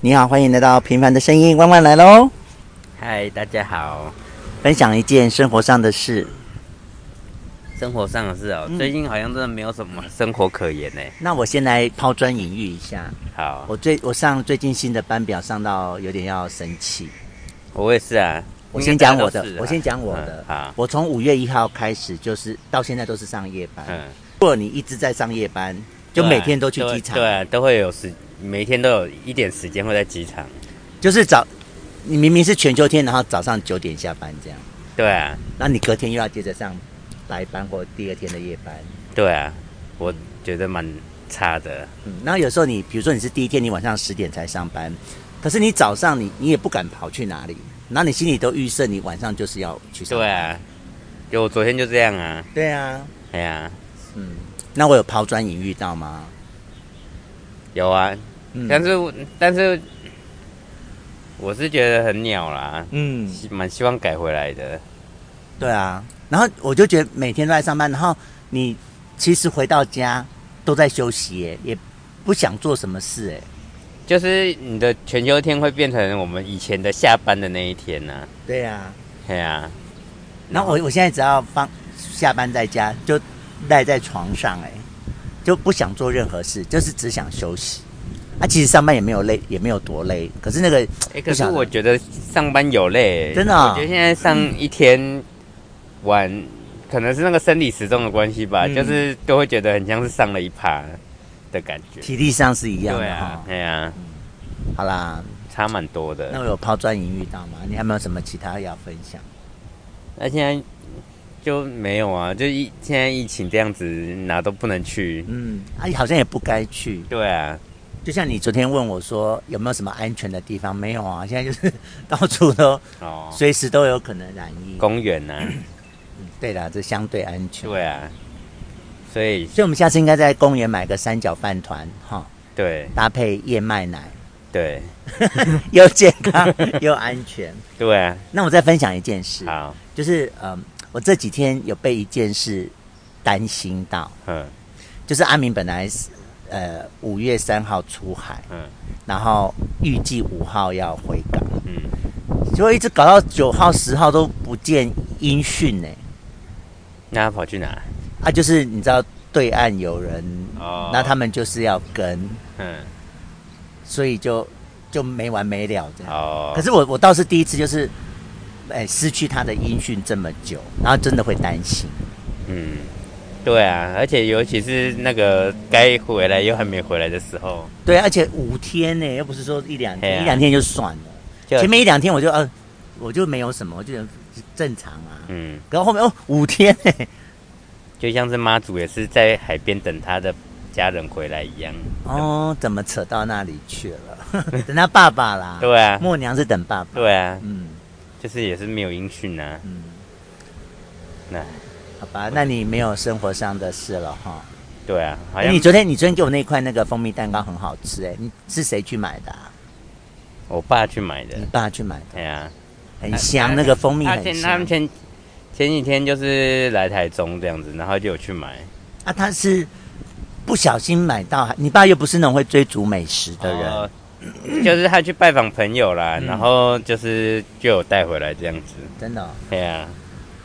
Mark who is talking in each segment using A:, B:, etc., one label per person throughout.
A: 你好，欢迎来到《平凡的声音》，万万来喽！
B: 嗨，大家好。
A: 分享一件生活上的事。
B: 生活上的事哦，
A: 嗯
B: 最近好像真的没有什么生活可言呢。
A: 那我先来抛砖引玉一下。
B: 好，
A: 我最我上最近新的班表上到有点要生气。
B: 我也是啊。
A: 我先讲我的
B: 应该大家都是，啊
A: 我先讲我的。
B: 嗯好，
A: 我从五月一号开始，就是到现在都是上夜班。
B: 嗯，啊
A: 如果你一直在上夜班，就每天都去机场，
B: 对啊，都会有时，每天都有一点时间会在机场。
A: 就是早，你明明是全秋天，然后早上九点下班这样，
B: 对啊，
A: 那你隔天又要接着上白班或第二天的夜班。
B: 对啊，我觉得蛮差的。
A: 嗯，然后有时候你，比如说你是第一天，你晚上十点才上班，可是你早上你你也不敢跑去哪里，然后你心里都预设你晚上就是要去上
B: 对
A: 班。
B: 啊，就我昨天就这样啊。
A: 对啊，
B: 哎呀，
A: 嗯，那我有抛砖引玉到吗？
B: 有啊，
A: 嗯
B: 但是我但是我是觉得很鸟啦，
A: 嗯，
B: 希蛮希望改回来的。
A: 对啊，然后我就觉得每天都在上班，然后你其实回到家都在休息耶，也不想做什么事哎。
B: 就是你的全秋天会变成我们以前的下班的那一天呐、
A: 对啊，
B: 对呀、
A: 然后我我现在只要放下班在家就赖在床上哎，就不想做任何事，就是只想休息。啊，其实上班也没有累，也没有多累，可是那个
B: 哎、可
A: 不
B: 是
A: 晓得
B: 我觉得上班有累、嗯
A: 真的啊
B: 我觉得现在上一天晚，可能是那个生理时钟的关系吧，
A: 嗯
B: 就是都会觉得很像是上了一趴的感觉。
A: 体力上是一样
B: 对
A: 的
B: 啊
A: 哈，、
B: 对啊，
A: 好啦，
B: 差蛮多的
A: 那。我有抛砖引玉到吗？你还没有什么其他要分享？
B: 那现在就没有啊，就疫现在疫情这样子，哪都不能去。
A: 嗯，啊，好像也不该去。
B: 对啊，
A: 就像你昨天问我说有没有什么安全的地方，没有啊，现在就是到处都
B: 哦，
A: 随时都有可能染疫。
B: 公园啊，
A: 对啦，这相对安全。，
B: 对啊，所以
A: 所以我们下次应该在公园买个三角饭团，哈，
B: 对
A: 搭配燕麦奶，
B: 对
A: 又健 康又安全。
B: 对啊，
A: 那我再分享一件事，
B: 好，
A: 就是嗯，我这几天有被一件事担心到，
B: 嗯
A: 就是阿明本来是呃五月三号出海，
B: 嗯
A: 然后预计五号要回港。
B: 嗯，
A: 结果一直搞到九号、十号都不见音讯呢、
B: 那他跑去哪？
A: 啊，就是你知道对岸有人，
B: 哦
A: 那他们就是要跟，
B: 嗯，
A: 所以就就没完没了这样。
B: 哦，
A: 可是我我倒是第一次就是，哎、失去他的音讯这么久，然后真的会担心。
B: 嗯，对啊，而且尤其是那个该回来又还没回来的时候，
A: 对，啊而且五天呢、又不是说一两
B: 对
A: 天，
B: 啊
A: 一两天就算了。
B: 就
A: 前面一两天我就呃，我就没有什么，我就觉得正常啊。
B: 嗯，
A: 然后后面哦，五天呢、
B: 就像是妈祖也是在海边等他的家人回来一样。
A: 哦，怎么扯到那里去了？ 等他爸爸啦。
B: 对啊，
A: 默娘是等爸爸。
B: 对啊，
A: 嗯
B: 就是也是没有音讯啊。
A: 嗯，
B: 那
A: 好吧，那你没有生活上的事了哈。
B: 对啊，好
A: 哎、
B: 像
A: 你昨天你昨天给我那块那个蜂蜜蛋糕很好吃哎、你是谁去买的、啊？
B: 我爸去买的
A: 你。爸去买的，
B: 哎呀，
A: 很
B: 啊
A: 香，嗯那个蜂蜜
B: 他
A: 很
B: 前他
A: 香
B: 们。前前几天就是来台中这样子，然后就有去买。
A: 啊，他是不小心买到，你爸又不是那种会追逐美食的人。
B: 哦就是他去拜访朋友啦，
A: 嗯
B: 然后就是就有带回来这样子。
A: 真的哦、
B: 对啊，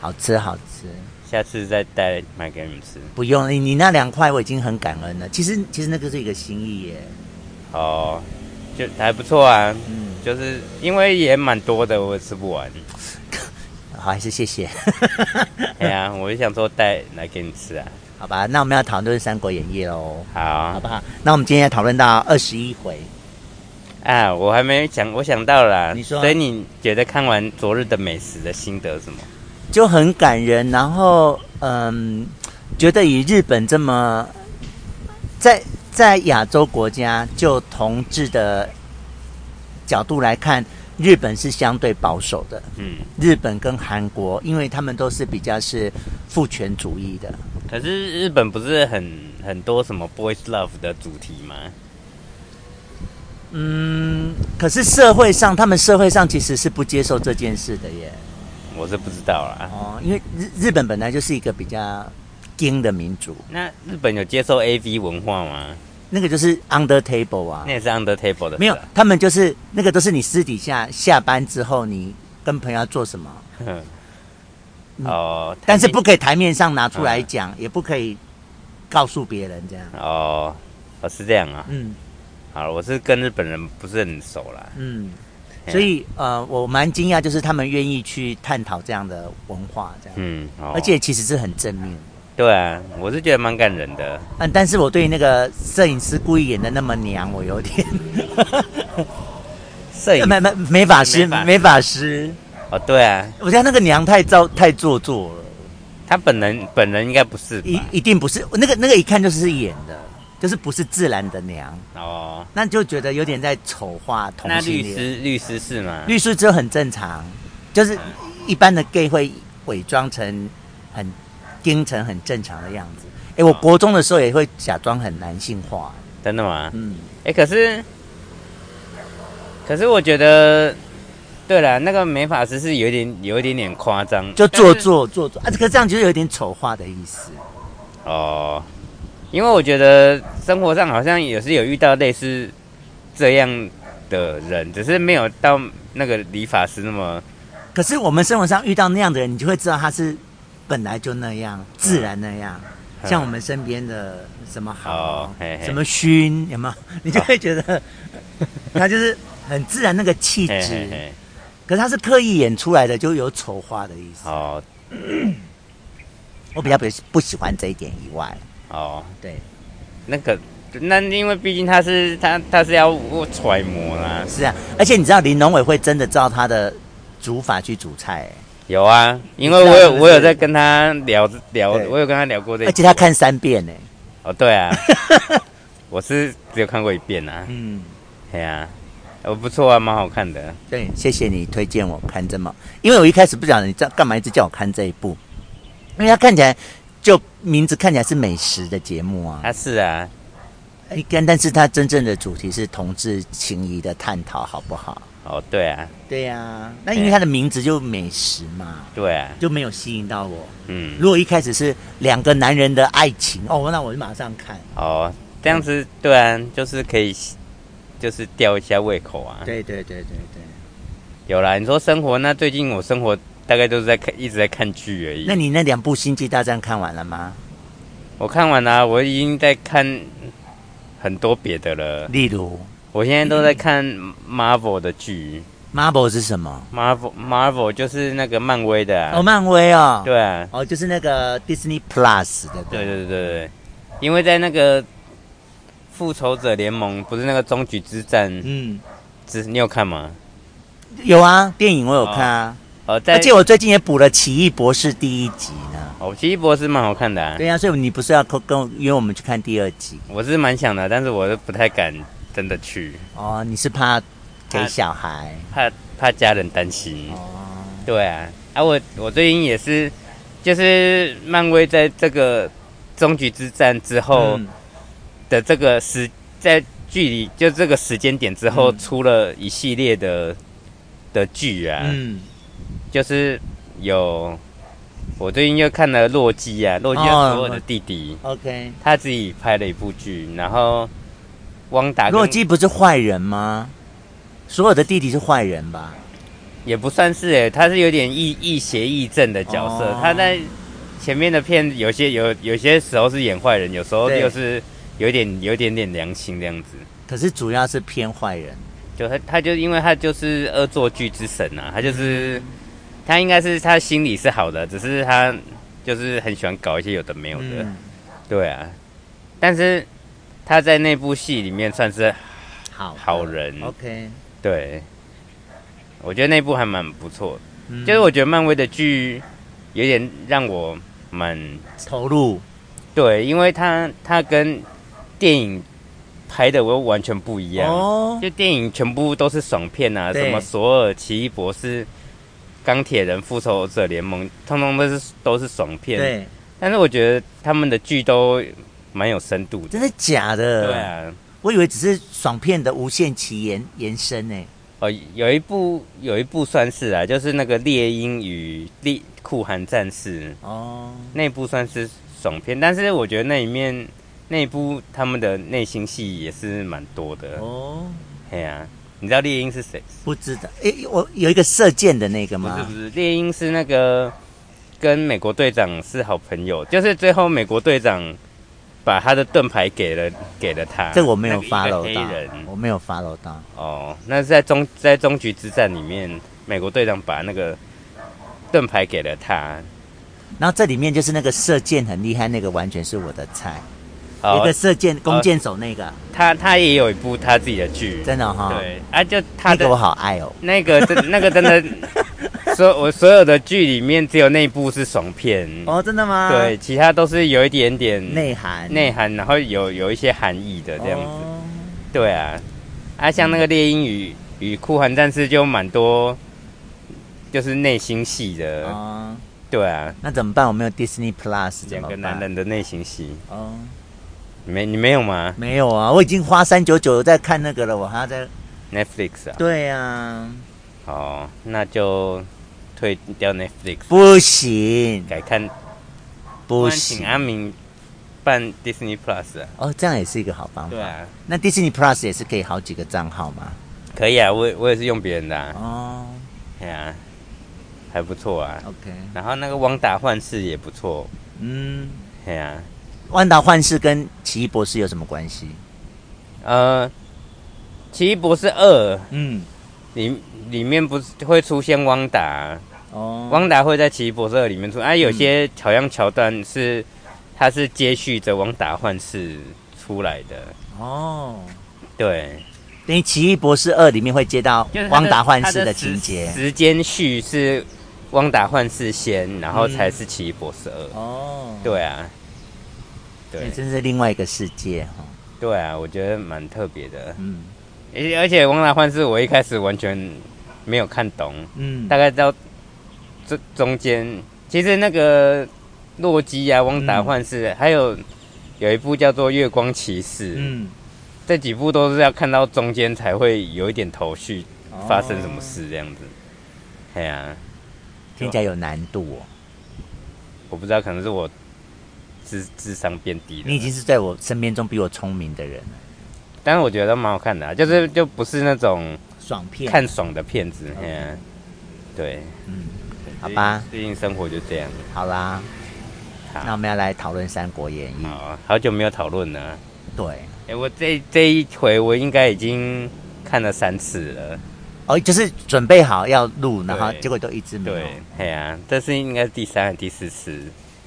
A: 好吃好吃，
B: 下次再带买给你们吃。
A: 不用你你那两块我已经很感恩了。其实其实那个是一个心意耶，
B: 哦，就还不错啊，
A: 嗯，
B: 就是因为也蛮多的，我也吃 不完。
A: 好还是谢谢，
B: 对啊，我就想说带来给你吃啊。
A: 好吧？那我们要讨论《三国演义》喽，
B: 好
A: 好
B: 啊
A: 不好？那我们今天要讨论到二十一回，
B: 啊，我还没想，我想到了啊。
A: 你说啊
B: 所以你觉得看完昨日的美食的心得是什么？
A: 就很感人。然后，嗯，觉得以日本这么在在亚洲国家就同志的角度来看，日本是相对保守的。
B: 嗯，
A: 日本跟韩国，因为他们都是比较是父权主义的，
B: 可是日本不是很很多什么 boys love 的主题吗？
A: 嗯，可是社会上，他们社会上其实是不接受这件事的耶。
B: 我是不知道啦。
A: 哦，因为日日本本来就是一个比较硬的民族，
B: 那日本有接受 A V 文化吗？
A: 那个就是 under table 啊
B: 那，也是 under table 的事啊，
A: 没有，他们就是那个都是你私底下下班之后你跟朋友要做什么，
B: 哼 哦，
A: 嗯但是不可以台面上拿出来讲，
B: 嗯
A: 也不可以告诉别人这样。
B: 哦，哦是这样啊，
A: 嗯
B: 好了，我是跟日本人不是很熟啦，
A: 嗯，
B: 嘿啊
A: 所以呃，我蛮惊讶，就是他们愿意去探讨这样的文化，这样，
B: 嗯，哦
A: 而且其实是很正面。
B: 对啊，我是觉得蛮感人的，
A: 嗯，但是我对那个摄影师故意演的那么娘，我有点
B: 摄 影
A: 没没没法师
B: 没法师
A: 没法师，
B: 哦，对啊，
A: 我觉得那个娘太招太做作了，
B: 他本人本人应该不是
A: 一
B: 吧？
A: 一定不是那个那个一看就是演的，就是不是自然的娘，
B: 哦，
A: 那就觉得有点在丑化同
B: 那
A: 性
B: 律
A: 恋。
B: 师律师是吗？
A: 律师就很正常，就是一般的 gay 会伪装成很盯成很正常的样子。哎、我
B: 哦
A: 国中的时候也会假装很男性化，
B: 真的吗？
A: 嗯，
B: 哎、可是，可是我觉得，对了，那个美发师是有一点有一点点夸张，
A: 就做
B: 但是
A: 作做作啊，这个这样就是有点丑化的意思。
B: 哦，因为我觉得生活上好像也是有遇到类似这样的人，只是没有到那个理发师那么
A: 可是我们生活上遇到那样的人，你就会知道他是本来就那样，自然那样。
B: 嗯
A: 像我们身边的什么豪
B: 哦、嘿嘿
A: 什么勋，有 没有？你就会觉得他就是很自然那个气
B: 嘿嘿
A: 质。
B: 嘿，
A: 可是他是刻意演出来的，就有丑化的意思。
B: 哦
A: 我比较不不喜欢这一点以外，
B: 哦，
A: 对，
B: 那个那因为毕竟他是他他是要揣摩啦，
A: 是啊，而且你知道林农委会真的照他的煮法去煮菜、
B: 有啊，因为
A: 你知道
B: 我有
A: 是不是
B: 我有在跟他聊聊，
A: 对
B: 我有跟他聊过这一
A: 而且他看三遍呢、
B: 哦，对 啊，我是只有看过一遍啊，
A: 嗯，
B: 嘿啊，哦不错啊，蛮好看的，
A: 对，谢谢你推荐我看这么，因为我一开始不晓得你知道干嘛一直叫我看这一部，因为它看起来就名字看起来是美食的节目啊，
B: 他是啊，
A: 哎但但是它真正的主题是同志情谊的探讨，好不好？
B: 哦对啊，
A: 对呀、那因为它的名字就美食嘛，
B: 对啊，
A: 就没有吸引到我。
B: 嗯，
A: 如果一开始是两个男人的爱情，哦，那我就马上看。
B: 哦这样子对啊，就是可以就是吊一下胃口啊，
A: 对对对对对。
B: 有啦，你说生活那最近我生活大概都是在看一直在看剧而已，
A: 那你那两部《星际大战》看完了吗？
B: 我看完啦、我已经在看很多别的了，
A: 例如
B: 我现在都在看 Marvel 的剧。
A: Marvel 是什么？
B: Marvel Marvel 就是那个漫威的、啊
A: 哦，，漫威哦。。
B: 对啊，
A: 哦，就是那个 Disney Plus 的。
B: 对。对对对对，因为在那个复仇者联盟不是那个终局之战，
A: 嗯，
B: 之你有看吗？
A: 有啊，电影我有看啊，
B: 哦，在
A: 而且我最近也补了《奇异博士》第一集呢。
B: 哦，奇异博士蛮好看的、啊，
A: 对呀、所以你不是要跟跟我约我们去看第二集？
B: 我是蛮想的，但是我都不太敢真的去，
A: 哦，你是怕给
B: 啊
A: 小孩？
B: 怕怕家人担心。
A: 哦，
B: 对啊，啊我我最近也是，就是漫威在这个终局之战之后。
A: 嗯
B: 的这个时在距离就这个时间点之后，
A: 嗯
B: 出了一系列的的剧啊，
A: 嗯，
B: 就是有我最近又看了《洛基》啊，《洛基》
A: 哦
B: 所有的弟弟，
A: OK。
B: 他自己拍了一部剧，然后汪达跟
A: 洛基不是坏人吗？所有的弟弟是坏人吧？
B: 也不算是诶，他是有点异异邪异正的角色，
A: 哦
B: 他在前面的片有些有有些时候是演坏人，有时候
A: 对
B: 又是有点有点点良心这样子。
A: 可是主要是偏坏人。
B: 就他，他就因为他就是恶作剧之神啊，他
A: 嗯
B: 就是他应该是他心里是好的，只是他就是很喜欢搞一些有的没有的，
A: 嗯，
B: 对啊。但是他在那部戏里面算是
A: 好的
B: 好人
A: OK，
B: 对，我觉得那部还蛮不错的。
A: 嗯
B: 就是我觉得漫威的剧有点让我蛮
A: 投入。
B: 对，因为他他跟电影拍的我完全不一样。
A: 哦，
B: 就电影全部都是爽片啊，
A: 对
B: 什么索尔、奇异博士、钢铁人、复仇者联盟，通通都是都是爽片。，
A: 对，
B: 但是我觉得他们的剧都蛮有深度的。
A: 真的假的？
B: 对，啊，
A: 我以为只是爽片的无限期延延伸呢。
B: 哦，有一部有一部算是啊，就是那个《猎鹰与猎酷寒战士》
A: 哦，
B: 那部算是爽片，但是我觉得那里面内部他们的内心戏也是蛮多的。
A: 哦，
B: 哎呀、你知道猎鹰是谁？
A: 不知道，诶、我有一个射箭的那个
B: 不是
A: 吗
B: 不？是，猎鹰是那个跟美国队长是好朋友，就是最后美国队长把他的盾牌给了给了他。
A: 这我没有
B: 那个
A: follow
B: 一个黑人
A: 到，我没有 follow 到。
B: 哦，那是在终在终局之战里面，美国队长把那个盾牌给了他。
A: 然后这里面就是那个射箭很厉害，那个完全是我的菜。有一
B: 哦
A: 个，射箭弓箭手那个，
B: 他他也有一部他自己的剧，
A: 真的哈、
B: 对啊，就他
A: 那
B: 的
A: 个我好爱哦。
B: 那 个真那个真的，所我所有的剧里面只有那一部是爽片，
A: 哦，真的吗？
B: 对，，其他都是有一点点
A: 内涵
B: 嗯内涵，然后有有一些含义的这样子。
A: 哦
B: 对啊，啊，像那个《猎鹰与与酷寒战士》就蛮多，就是内心戏的。
A: 哦
B: 对啊，
A: 那怎么办？我没有 Disney Plus 怎
B: 两
A: 么
B: 个男
A: 办？
B: 人的内心戏，
A: 哦，
B: 你没你没有吗
A: 没有啊，我已经花三九九在看那个了，我还要在。
B: ？Netflix 啊，
A: 对啊，
B: 哦，那就退掉 Netflix，
A: 不行
B: 改看。
A: 不
B: 然请
A: 行
B: 阿明办 Disney Plus 啊。
A: 哦，这样也是一个好方法。
B: 对啊，
A: 那 Disney Plus 也是可以好几个账号嘛？
B: 可以啊，我也我也是用别人的、啊，
A: 哦
B: 哎呀、还不错啊。
A: ，OK，
B: 然后那个《汪达幻视》也不错，
A: 嗯，
B: 哎呀、
A: 万达幻视跟奇异博士有什么关系？
B: 呃，《奇异博士二》
A: 嗯，
B: 里里面不是会出现汪达，啊
A: 哦
B: 汪达会在《奇异博士二》里面出，啊，有些好像桥段是它是接续着汪达幻视出来的，
A: 哦，
B: 对，
A: 等于奇异博士二里面会接到
B: 就是它
A: 汪达幻视
B: 它
A: 的
B: 的
A: 情节
B: 时。时间序是汪达幻视先，然后
A: 嗯
B: 才是《奇异博士二》，
A: 哦，
B: 对啊，对
A: 那真是另外一个世界哈。
B: 对啊，我觉得蛮特别的，
A: 嗯
B: 而且而且汪达幻视我一开始完全没有看懂，
A: 嗯
B: 大概到这中间，其实那个洛基啊、汪达幻视，还有有一部叫做《月光骑士》，
A: 嗯，
B: 这几部都是要看到中间才会有一点头绪，
A: 哦
B: 发生什么事这样子。哎呀、
A: 听起来有难度哦。
B: 啊我不知道，可能是我智智商变低了。
A: 你已经是在我身边中比我聪明的人了，
B: 但是我觉得蛮好看的、啊，就是就不是那种
A: 爽片。
B: 看爽的片子。
A: OK
B: 哎呀、对，
A: 嗯，好吧
B: 最近生活就这样。
A: 好啦，
B: 好
A: 那我们要来讨论《三国演义》。
B: 好，好久没有讨论了。
A: 对，
B: 哎、我这这一回我应该已经看了三次了。
A: 哦，就是准备好要录，然后
B: 对
A: 结果都一直没有
B: 对。，哎呀、这是应该是第三还是第四次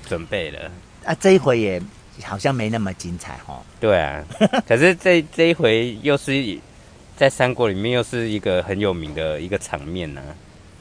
B: 准备了。
A: 啊，这一回也好像没那么精彩哦。
B: 对啊， 可是这这一回又是在三国里面又是一个很有名的一个场面啊呢、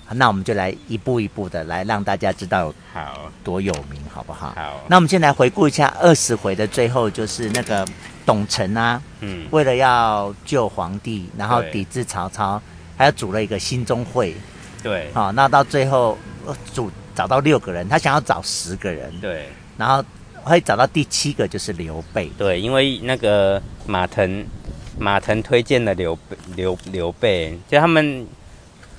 A: 好那我们就来一步一步的来让大家知道有
B: 好，
A: 多有名，好不好？
B: 好
A: 那我们先来回顾一下二十回的最后，就是那个董承啊，
B: 嗯，
A: 为了要救皇帝，然后
B: 对
A: 抵制曹操，还要组了一个新中会。
B: 对
A: 好、那到最后呃组找到六个人，他想要找十个人，
B: 对
A: 然后会找到第七个就是刘备。
B: 对，因为那个马腾马腾推荐了刘备刘刘备，就他们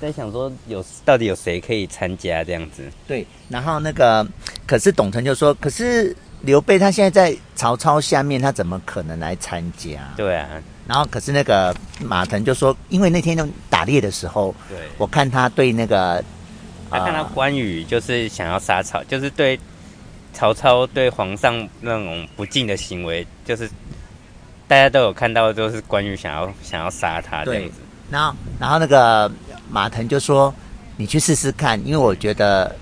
B: 在想说有到底有谁可以参加这样子。
A: 对，然后那个可是董承就说，可是刘备他现在在曹操下面，他怎么可能来参加？
B: 对啊，
A: 然后可是那个马腾就说，因为那天打猎的时候，
B: 对。
A: 我看他对那个
B: 他啊看到关羽就是想要杀曹，就是对曹操对皇上那种不敬的行为，就是大家都有看到，就是关羽想要想要杀他这样子。
A: 然后，然后那个马腾就说：“你去试试看，因为我觉得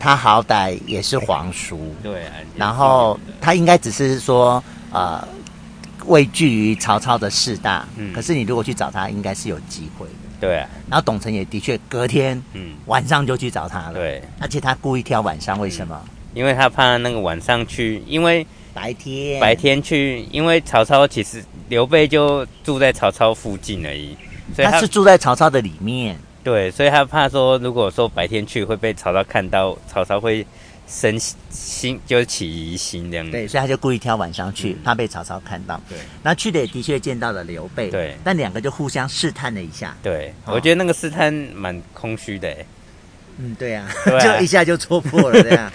A: 他好歹也是皇叔，
B: 对啊，
A: 然后他应该只是说呃畏惧于曹操的势大。
B: 嗯
A: 可是你如果去找他，应该是有机会的。
B: 对啊，
A: 然后董承也的确隔天
B: 嗯，
A: 晚上就去找他了，
B: 对，
A: 而且他故意挑晚上，为什么？
B: 因为他怕那个晚上去，因为
A: 白天，
B: 嗯白天去，因为曹操其实刘备就住在曹操附近而已，所以
A: 他
B: 他
A: 是住在曹操的里面，
B: 对，所以他怕说，如果说白天去会被曹操看到，曹操会生心，就是起疑心这样子。
A: 对，所以他就故意挑晚上
B: 嗯
A: 去，怕被曹操看到。
B: 对。
A: 那去的也的确见到了刘备，
B: 对
A: 但两个就互相试探了一下，
B: 对，
A: 哦
B: 我觉得那个试探蛮空虚的欸。
A: 嗯，对啊，
B: 对啊
A: 就一下就戳破了，这样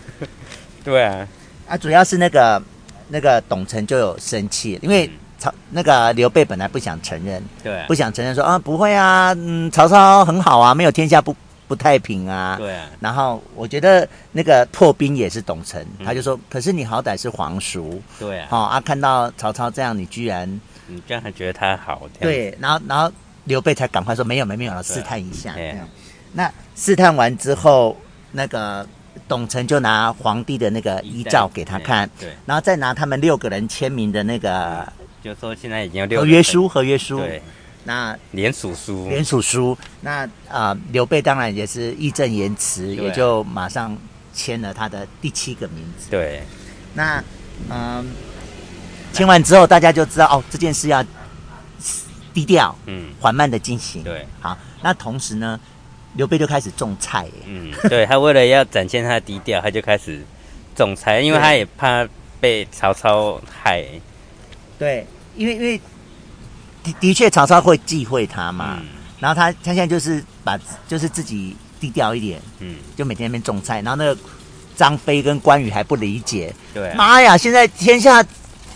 B: 对啊，
A: 啊，主要是那个那个董承就有生气，因为曹那个刘备本来不想承认，
B: 嗯对啊
A: 不，想承认说啊不会啊，嗯，曹操很好啊，没有天下不不太平啊。
B: 对啊，
A: 然后我觉得那个破冰也是董承，
B: 嗯
A: 他就说，可是你好歹是皇叔，
B: 对啊，
A: 哦啊，看到曹操这样，你居然
B: 你这样还觉得他好，这样，
A: 对，然后然后刘备才赶快说没有没有没有了，
B: 对啊
A: 试探一下。这
B: 哎呀
A: 样那试探完之后，那个董承就拿皇帝的那个遗诏给
B: 哎
A: 他看，
B: 对，
A: 然后再拿他们六个人签名的那个
B: 就说现在已经有六
A: 合
B: 个
A: 约
B: 人
A: 书，合约书，
B: 对，嗯
A: 那
B: 联署书，
A: 联署书，那啊、呃刘备当然也是义正言辞，
B: 对啊
A: 也就马上签了他的第七个名字。
B: 对，
A: 那嗯，签完之后，大家就知道哦，这件事要低调、
B: 嗯，
A: 缓慢的进行。
B: 对，
A: 好，那同时呢，刘备就开始种菜耶。
B: 嗯，对他为了要展现他的低调，他就开始仲裁，因为他也怕被曹操害，
A: 对，因为因为的的确曹操会忌讳他嘛，
B: 嗯
A: 然后他他现在就是把就是自己低调一点，
B: 嗯，
A: 就每天在那边种菜，然后那个张飞跟关羽还不理解，
B: 对啊，
A: 妈呀，现在天下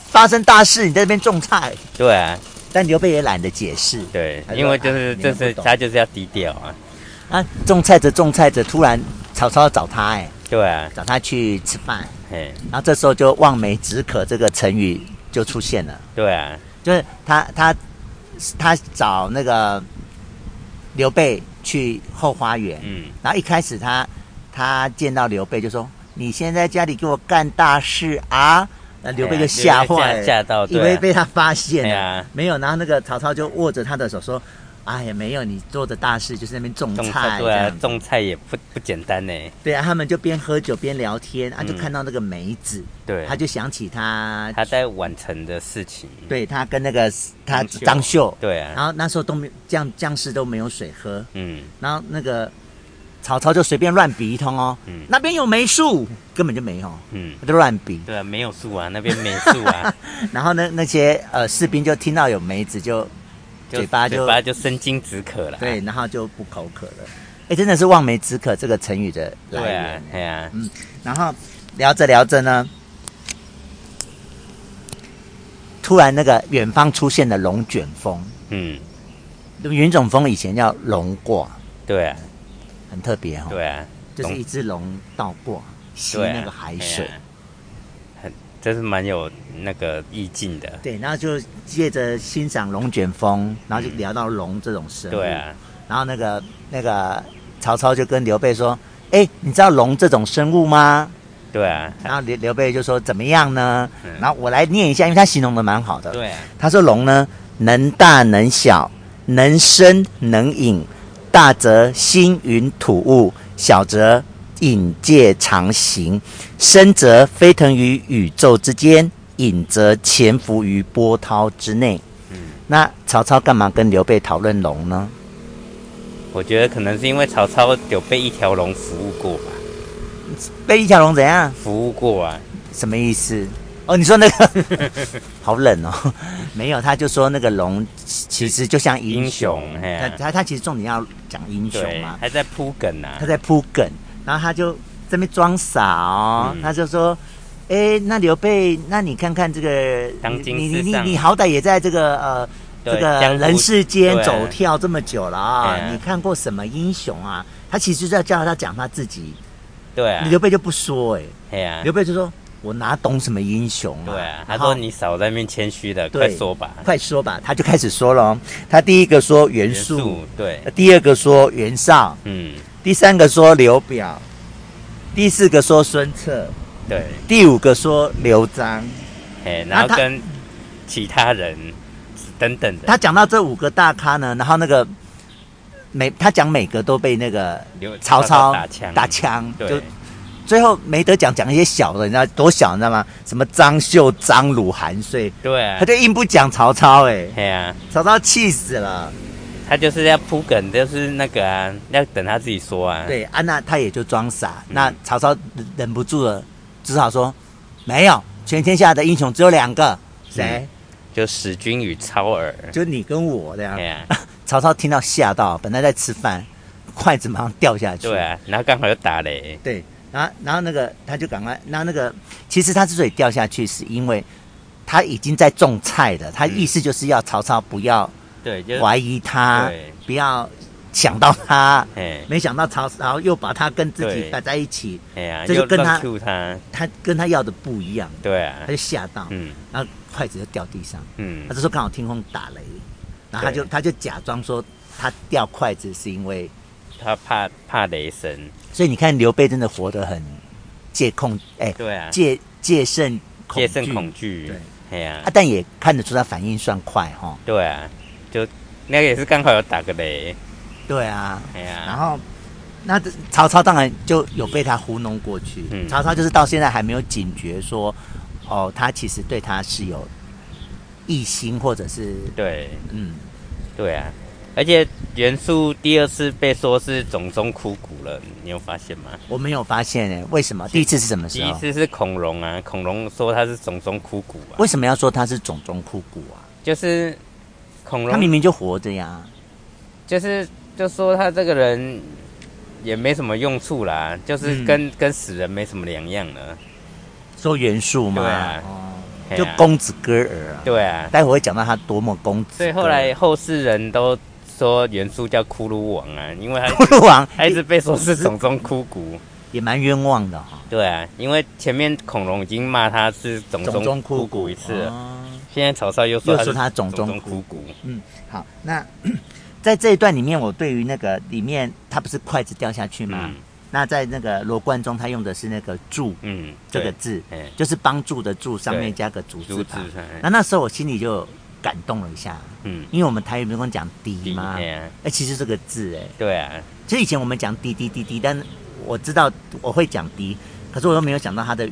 A: 发生大事，你在那边种菜，
B: 对啊，
A: 但刘备也懒得解释。
B: 对
A: 他，说
B: 因为就是
A: 啊你
B: 就
A: 们
B: 是
A: 不懂
B: 他就是要低调啊，
A: 啊，种菜着种菜着，突然曹操找他哎、
B: 对啊，
A: 找他去吃饭，
B: 嘿，
A: 然后这时候就望梅止渴这个成语就出现了。
B: 对啊，
A: 就是他他他找那个刘备去后花园，
B: 嗯，
A: 然后一开始他他见到刘备就说：“你先在家里给我干大事啊！”那刘备
B: 哎
A: 就吓坏了，
B: 吓吓到
A: 以
B: 对啊
A: 为被他发现
B: 对
A: 了，
B: 啊
A: 没有。然后那个曹操就握着他的手说：“哎呀，没有，你做的大事就是那边种
B: 种
A: 菜，
B: 菜对
A: 这
B: 啊
A: 样，
B: 种菜也不不简单呢，
A: 对啊。”他们就边喝酒边聊天，啊，就看到那个梅子，
B: 嗯对，
A: 他就想起他，
B: 他在完成的事情，
A: 对他跟那个他
B: 张绣
A: 张绣，
B: 对
A: 然
B: 啊，
A: 后那时候都没将将士都没有水喝，
B: 嗯，
A: 然后那个曹操就随便乱比一通哦，
B: 嗯
A: 那边有梅树，根本就没有，
B: 嗯，
A: 他就乱比。
B: 对啊，没有树啊，那边没树 啊，
A: 然后呢，那些呃士兵就听到有梅子就
B: 就
A: 嘴巴就
B: 嘴巴就哎生津止渴了，
A: 对，然后就不口渴了。哎，真的是望梅止渴这个成语的来
B: 对
A: 源
B: 啊。，哎呀，
A: 嗯，然后聊着聊着呢，突然那个远方出现了龙卷风，
B: 嗯，
A: 云种风以前叫龙过，
B: 对啊，
A: 很特别哦。
B: 对啊，
A: 就是一只龙倒过吸
B: 对啊
A: 那个海水，
B: 哎呀很，这是蛮有那个意境的。
A: 对，然后就借着欣赏龙卷风，然后就聊到龙这种生物，
B: 嗯对，啊，
A: 然后那个那个曹操就跟刘备说：“哎，你知道龙这种生物吗
B: 对啊？”，
A: 然后刘刘备就说：“怎么样呢？”
B: 嗯
A: 然后我来念一下，因为他形容的蛮好的，
B: 对啊，
A: 他说龙呢，能大能小，能深能隐，大则星云吐雾，小则隐界长行，深则飞腾于宇宙之间，隐则潜伏于波涛之内。
B: 嗯，
A: 那曹操干嘛跟刘备讨论龙呢？
B: 我觉得可能是因为曹操有被一条龙服务过吧，
A: 被一条龙怎样？
B: 服务过啊，
A: 什么意思？哦，你说那个 好冷哦，没有，他就说那个龙其实就像英
B: 英
A: 雄，
B: 雄，哎
A: 他
B: 呀，
A: 他他其实重点要讲英雄
B: 对
A: 嘛，，
B: 还在铺梗啊
A: 他，在铺梗，然后他就这边装傻哦，
B: 嗯
A: 他就说：“哎，那刘备，那你看看这个，
B: 当今
A: 你你
B: 世
A: 你
B: 上
A: 你好歹也在这个呃
B: 对
A: 这个
B: 江湖
A: 人世间
B: 对
A: 走跳这么久了啊、
B: 对啊
A: 你看过什么英雄啊？”他其实就在叫他讲他自己，
B: 对啊，
A: 刘备就不说哎、
B: 哎呀
A: 刘，备就说：“我哪懂什么英雄啊？”
B: 对啊，他
A: 然后
B: 说你少在那边谦虚的，
A: 对
B: 快说吧，
A: 快说吧，他就开始说了、哦。他第一个说袁
B: 元
A: 术，呃
B: 素，对，
A: 第二个说袁绍，
B: 嗯，
A: 第三个说刘表，第四个说孙策，
B: 对，
A: 第五个说刘璋。
B: 哎，
A: 那
B: 然后
A: 他
B: 跟其他人等等的，
A: 他讲到这五个大咖呢，然后那个每他讲每个都被那个
B: 刘
A: 曹操
B: 打枪，
A: 打，枪，就
B: 对，
A: 最后没得讲，讲一些小的，你知道多小你知道吗？什么张绣、张鲁、韩遂，
B: 对啊
A: 他，就硬不讲曹操、欸，
B: 哎呀。
A: 曹操气死了。
B: 他就是要铺梗，就是那个啊，要等他自己说啊。，
A: 对，安、娜她也就装傻，
B: 嗯
A: 那曹操忍不住了，只好说没有，全天下的英雄只有两个，
B: 嗯
A: 谁？
B: 就史君与超儿。
A: 就啊你跟我这样
B: 哎。呀、
A: 曹操听到吓到，本来在吃饭，筷子马上掉下去。
B: 对啊，然后刚好又打雷，
A: 对然后然后那个他就赶快，然后那个其实他之所以掉下去，是因为他已经在种菜了，他意思就是要曹操不要
B: 对，就是
A: 怀疑他，
B: 嗯对，
A: 不要想到他。
B: 哎
A: 没想到曹操又把他跟自己
B: 对
A: 摆在一起，
B: 哎呀，
A: 这就
B: 又
A: 跟他
B: 乱 Q 他，
A: 他跟他要的不一样，
B: 对
A: 他
B: 啊，
A: 就吓到，
B: 嗯
A: 然后筷子就掉地上。
B: 嗯
A: 他，就说刚好天空打雷，然后他就
B: 对
A: 他就假装说他掉筷子是因为，
B: 他怕怕雷神，
A: 所以你看刘备真的活得很戒控，哎、
B: 对啊，
A: 戒戒慎恐
B: 戒
A: 惧
B: 慎恐惧，哎呀
A: 啊，，但也看得出他反应算快哈。
B: 对啊，就那个也是刚好有打个雷，
A: 对啊，
B: 哎
A: 然
B: 呀，
A: 后那这曹操当然就有被他糊弄过去，
B: 嗯
A: 曹操就是到现在还没有警觉说，哦，他其实对他是有异心或者是
B: 对
A: 嗯。
B: 对啊，而且袁术第二次被说是种中枯骨了，你有发现吗？
A: 我没有发现哎、为什么？第一次是什么时
B: 第一
A: 候？
B: 次是孔融啊，孔融说他是种中枯骨啊，
A: 为什么要说他是种中枯骨啊？
B: 就是孔
A: 他
B: 融
A: 明明就活着呀，
B: 就是就说他这个人也没什么用处啦，就是
A: 嗯
B: 跟、跟死人没什么两样了。
A: 说袁术嘛，
B: 对啊
A: 哦就
B: 嘿啊
A: 公子哥儿啊。
B: 对啊，
A: 待会会讲到他多么公子哥
B: 所以
A: 儿。
B: 后来后世人都说袁术叫骷髅王啊，因为他
A: 骷髅王
B: 他一直被说是种中枯骨。
A: 也蛮冤枉的哈、
B: 对啊，因为前面孔融已经骂他是种
A: 种中
B: 中
A: 枯
B: 枯
A: 骨
B: 骨一次了，
A: 哦
B: 现在曹操又说
A: 又说他
B: 是
A: 种中
B: 种中
A: 枯
B: 枯骨。
A: 嗯，好，那 在这一段里面，我对于那个里面他不是筷子掉下去吗？
B: 嗯
A: 那在那个罗贯中，他用的是那个“助
B: 嗯”，
A: 这个
B: 对
A: 字，
B: 哎，
A: 就是帮助的“助”上面
B: 对
A: 加个竹字
B: 朱子
A: 旁。
B: 哎
A: 那那时候我心里就感动了一下，
B: 嗯，
A: 因为我们台语不是跟我讲“滴”
B: 第一
A: 吗？哎、
B: 啊，
A: 其实这个字哎、
B: 对啊，
A: 其实以前我们讲滴滴滴滴，但我知道我会讲滴，可是我又没有想到它的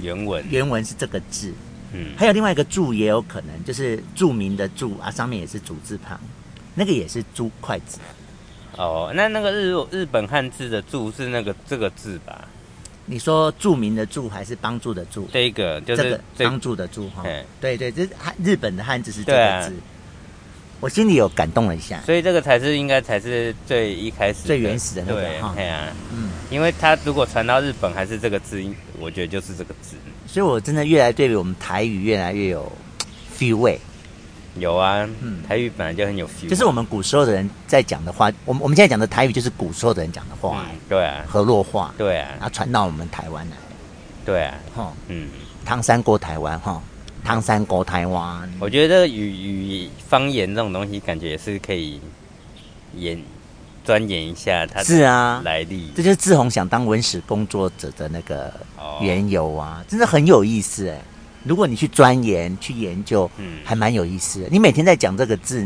B: 原文，
A: 原文是这个字。
B: 嗯，
A: 还有另外一个注也有可能，就是著名的著啊，上面也是主字旁，那个也是猪筷子。
B: 哦，那那个日日本汉字的“柱”是那个这个字吧？
A: 你说著名的著还是帮助的助？
B: 这一个就
A: 这
B: 是
A: 个
B: 最
A: 帮助的助哈
B: 嘿。
A: 对对，这是汉日本的汉字是这
B: 对
A: 个
B: 啊
A: 字，我心里有感动了一下。
B: 所以这个才是应该才是最一开始的
A: 最原始的那个
B: 对
A: 哈，
B: 哎呀，
A: 嗯，
B: 因为它如果传到日本还是这个字，我觉得就是这个字。
A: 所以我真的越来对我们台语越来越有 feel 味。
B: 有啊，
A: 嗯
B: 台语本来就很有 feel，啊
A: 就是我们古时候的人在讲的话，我们我们现在讲的台语就是古时候的人讲的话，
B: 嗯对啊，
A: 河洛话，
B: 对
A: 然
B: 啊，
A: 后传到我们台湾来，
B: 对啊，
A: 哈、
B: 嗯，
A: 唐山过台湾，哈、唐山过台湾，
B: 我觉得这个语语方言这种东西，感觉也是可以研钻研一下它
A: 是啊，
B: 来历
A: 这就是志宏想当文史工作者的那个
B: 哦
A: 缘由啊，真的很有意思哎。如果你去钻研、去研究，
B: 嗯
A: 还蛮有意思的。你每天在讲这个字，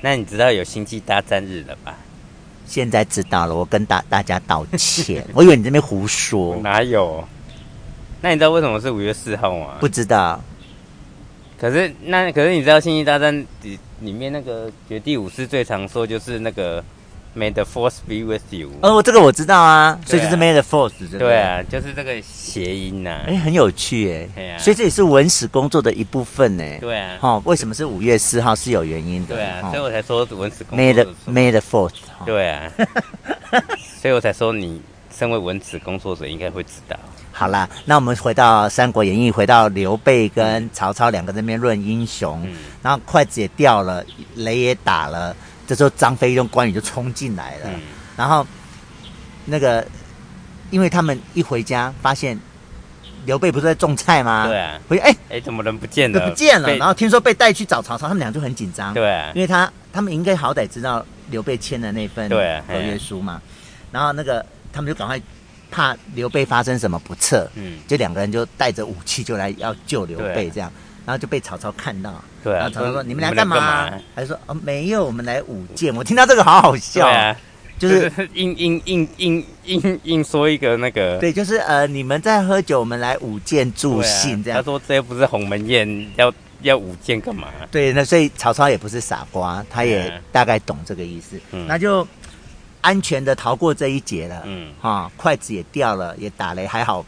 B: 那你知道有星际大战日了吧？
A: 现在知道了，我跟大大家道 歉，我以为你这边胡说，
B: 哪有？那你知道为什么是五月四号吗？
A: 不知道。
B: 可是那可是你知道《星际大战》里里面那个绝地武士最常说就是那个 “May the Force be with you”，、
A: 哦，这个我知道啊，所以就是
B: 对
A: Made Force，对不
B: 对啊，就是这个谐音呐、啊
A: 哎，很有趣哎、
B: 对啊
A: 所以这也是文史工作的一部分呢、
B: 对啊，
A: 哦，为什么是五月四号是有原因的？
B: 对啊，所以
A: 哦、
B: 我才说文史工
A: May
B: 作
A: the
B: 者。
A: May the Fourth，、哦、
B: 对 啊，所以我才说你身为文史工作者应该会知道。
A: 好啦，那我们回到《三国演义》，回到刘备跟曹操两个在那边论英雄，
B: 嗯
A: 然后筷子也掉了，雷也打了，这时候张飞跟关羽就冲进来了，
B: 嗯
A: 然后那个，因为他们一回家发现刘备不是在种菜吗？
B: 对啊
A: 回去哎。
B: 哎，怎么人不见
A: 都
B: 了？
A: 不见了，
B: 被
A: 然后听说被带去找曹操，他们俩就很紧张。
B: 对啊
A: 因，为他他们应该好歹知道刘备签的那份
B: 对哎
A: 合约书嘛，然后那个他们就赶快怕刘备发生什么不测，
B: 嗯，
A: 就两个人就带着武器就来要救刘备
B: 对
A: 这样，然后就被曹操看到，
B: 对
A: 然
B: 啊
A: 后。曹操说你们俩
B: 俩
A: 干嘛？
B: 嘛？
A: 还说哦没有，我们来舞剑。我听到这个好好
B: 对
A: 笑，
B: 啊，
A: 就
B: 就是是硬硬硬硬硬硬说一个那个。 啊
A: 对，就是呃你们在喝酒，我们来舞剑助
B: 对啊
A: 兴这
B: 他
A: 样。
B: 说这又不是鸿门宴，要要舞剑干嘛？
A: 对，那所以曹操也不是傻瓜，他
B: 对
A: 也
B: 啊
A: 大概懂这个意思，
B: 嗯
A: 那就安全的逃过这一劫了。
B: 嗯，
A: 啊、筷子也掉了，也打雷，还好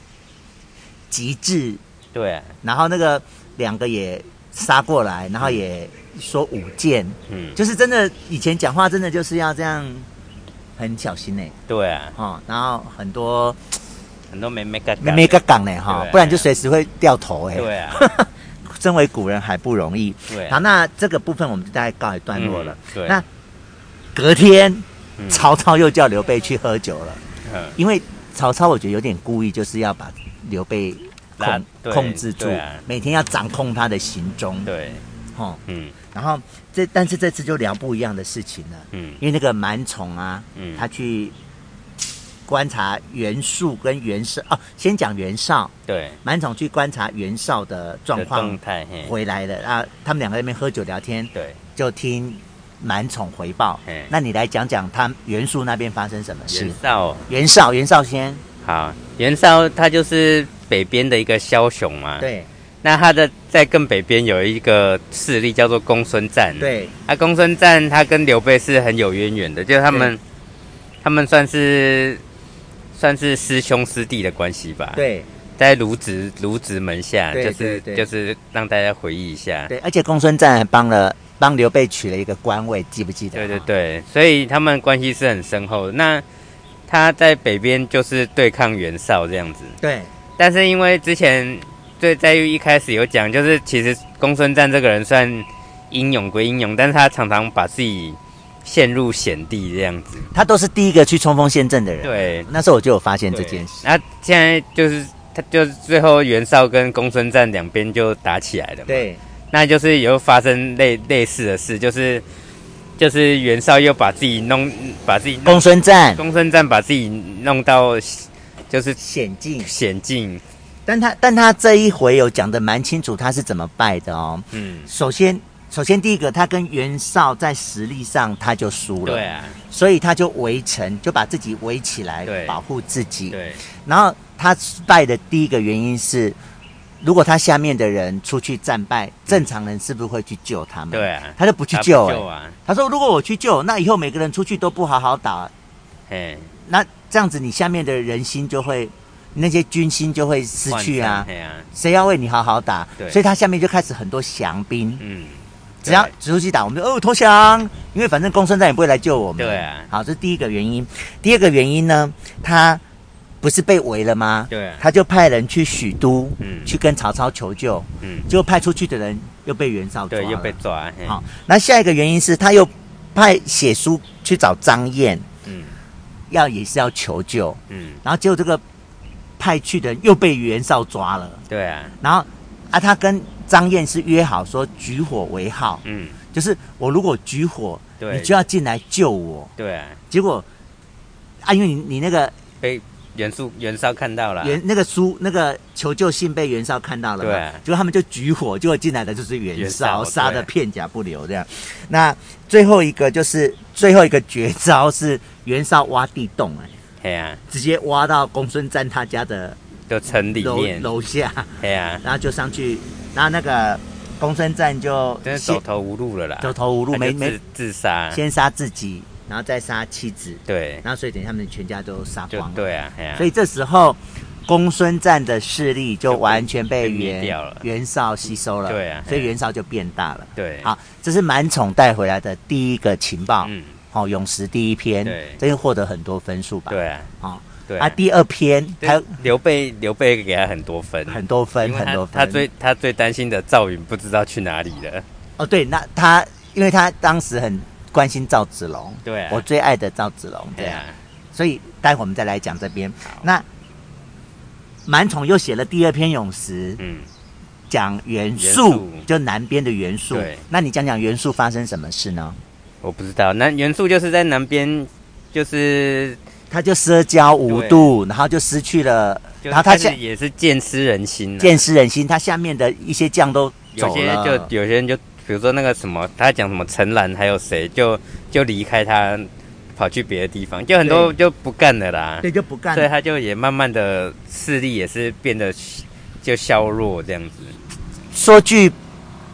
A: 极致。
B: 对啊，
A: 然后那个两个也杀过来，然后也说舞剑，
B: 嗯，
A: 就是真的以前讲话真的就是要这样很小心呢、
B: 对啊，
A: 哦，然后很多
B: 很多没没干
A: 没没个港呢哈
B: 对，啊
A: 不然就随时会掉头哎、
B: 对啊，
A: 身为古人还不容易。
B: 对
A: 好，
B: 啊，
A: 那这个部分我们就大概告一段落了。
B: 嗯对
A: 那隔天，
B: 嗯
A: 曹操又叫刘备去喝酒了，
B: 嗯
A: 因为曹操我觉得有点故意，就是要把刘备
B: 拉
A: 控
B: 对
A: 控制住
B: 对啊，
A: 每天要掌控他的行踪。
B: 对，
A: 哦，
B: 嗯
A: 然后这但是这次就聊不一样的事情了，
B: 嗯
A: 因为那个蛮宠啊，
B: 嗯，
A: 他去观察袁术跟袁绍哦，先讲袁绍，
B: 对
A: 蛮宠去观察袁绍的状
B: 的
A: 况
B: 动态，嘿，
A: 回来了啊，他们两个在那边喝酒聊天，
B: 对，
A: 就听蛮宠回报
B: 嘿。
A: 那你来讲讲他袁术那边发生什么事
B: 袁？绍
A: 袁绍，袁绍先
B: 好，袁绍他就是北边的一个枭雄嘛，，
A: 对
B: 那他的在更北边有一个势力叫做公孙瓒，，
A: 对
B: 那啊公孙瓒他跟刘备是很有渊源的，就是他们他们算是算是师兄师弟的关系吧，，
A: 对
B: 在卢植卢植门下，
A: 对
B: 就是
A: 对对
B: 就是让大家回忆一下，
A: 对，而且公孙瓒还帮了帮刘备取了一个官位，记不记得？
B: 对对，对，所以他们关系是很深厚的。那他在北边就是对抗袁绍这样子，
A: 对
B: 但是因为之前对在于一开始有讲，就是其实公孙瓒这个人算英勇归英勇，但是他常常把自己陷入险地这样子。
A: 他都是第一个去冲锋陷阵的人。
B: 对，
A: 那时候我就有发现这
B: 对
A: 件事。
B: 那现在就是他就是最后袁绍跟公孙瓒两边就打起来了嘛。
A: 对
B: 那就是有发生类类似的事，就是就是袁绍又把自己弄把自己弄
A: 公孙瓒
B: 公孙瓒把自己弄到就是
A: 险境，
B: 险境，
A: 但他但他这一回有讲的蛮清楚，他是怎么败的哦。
B: 嗯，
A: 首先，首先第一个，他跟袁绍在实力上他就输了，
B: 对，啊，
A: 所以他就围城，就把自己围起来，
B: 对
A: 保护自己。
B: 对
A: 然后他败的第一个原因是，如果他下面的人出去战败，正常人是不是会去救他们？
B: 嗯对啊，
A: 他就不去
B: 他不
A: 救、
B: 救
A: 哎
B: 啊，
A: 他说：“如果我去救，那以后每个人出去都不好好打，
B: 嘿，
A: 那这样子你下面的人心就会，那些军心就会失去
B: 涣
A: 啊
B: 散。嘿啊，
A: 谁要为你好好打？
B: 对
A: 所以他下面就开始很多降兵，
B: 嗯，
A: 只要
B: 对
A: 出去打，我们就哦投降，因为反正公孙瓒也不会来救我们。
B: 对啊
A: 好，这是第一个原因。第二个原因呢，他不是被围了吗？
B: 对啊，
A: 他就派人去许都，
B: 嗯
A: 去跟曹操求救，
B: 嗯，
A: 结果派出去的人又被袁绍抓
B: 对，
A: 了。
B: 又被抓，嘿，
A: 好，那下一个原因是他又派写书去找张燕，
B: 嗯
A: 要也是要求救，
B: 嗯，
A: 然后结果这个派去的人又被袁绍抓了，
B: 对啊，
A: 然后啊，他跟张燕是约好说举火为号，
B: 嗯，
A: 就是我如果举火，
B: 对
A: 你就要进来救我。
B: 对啊，
A: 结果啊，因为你你那个
B: 被袁术袁绍看到了，
A: 袁、那个书那个求救信被袁绍看到了嘛，
B: 对
A: 结果他们就举火，结果进来的就是袁
B: 袁
A: 绍，
B: 绍
A: 杀
B: 对
A: 的片甲不留这样。那最后一个就是最后一个绝招是袁绍挖地洞、哎，
B: 嘿啊，
A: 直接挖到公孙瓒他家的
B: 就城里
A: 楼
B: 面，
A: 楼下，
B: 嘿啊，
A: 然后就上去，然后那个公孙瓒就
B: 真是走
A: 先
B: 投无路了啦，
A: 走投无路，
B: 他就
A: 没没
B: 自自杀，
A: 先杀自己，然后再杀妻子，
B: 哎对，
A: 然后所以等于他们全家都杀
B: 就
A: 光了。
B: 对啊，嘿啊
A: 所，以这时候，公孙瓒的势力就完全被
B: 就被
A: 袁
B: 灭掉了
A: 袁绍吸收了。
B: 对啊
A: 所以袁绍就变大了。
B: 对，
A: 好，这是满宠带回来的第一个情报，
B: 嗯，
A: 哦，咏石第一篇，
B: 对
A: 这就获得很多分数吧？，
B: 对啊，
A: 好，
B: 对
A: 啊，第二篇
B: 对
A: 还有
B: 刘备，刘备给他很多分，
A: 很多分，
B: 因为
A: 很
B: 他
A: 多
B: 他
A: 分。
B: 最他最担心的赵云不知道去哪里了。
A: 哦，对，那他因为他当时很关心赵子龙，
B: 对啊
A: 我最爱的赵子龙，
B: 对
A: 对啊，
B: 啊，
A: 所以待会我们再来讲这边。那满宠又写了第二篇咏石，
B: 嗯，
A: 讲元素，
B: 元素
A: 就南边的元素
B: 对。
A: 那你讲讲元素发生什么事呢？
B: 我不知道。那袁术就是在南边，就是
A: 他就社交无度，然后就失去了，
B: 就
A: 然后他
B: 是
A: 下
B: 也是见失人心、啊，
A: 见识人心，他下面的一些将都
B: 有
A: 走
B: 些
A: 了，
B: 就有些人就比如说那个什么，他讲什么陈兰还有谁就就离开他，跑去别的地方，就很多就不干了啦。
A: 对就不干
B: 所以
A: 了。
B: 他就也慢慢的势力也是变得就削弱这样子。
A: 说句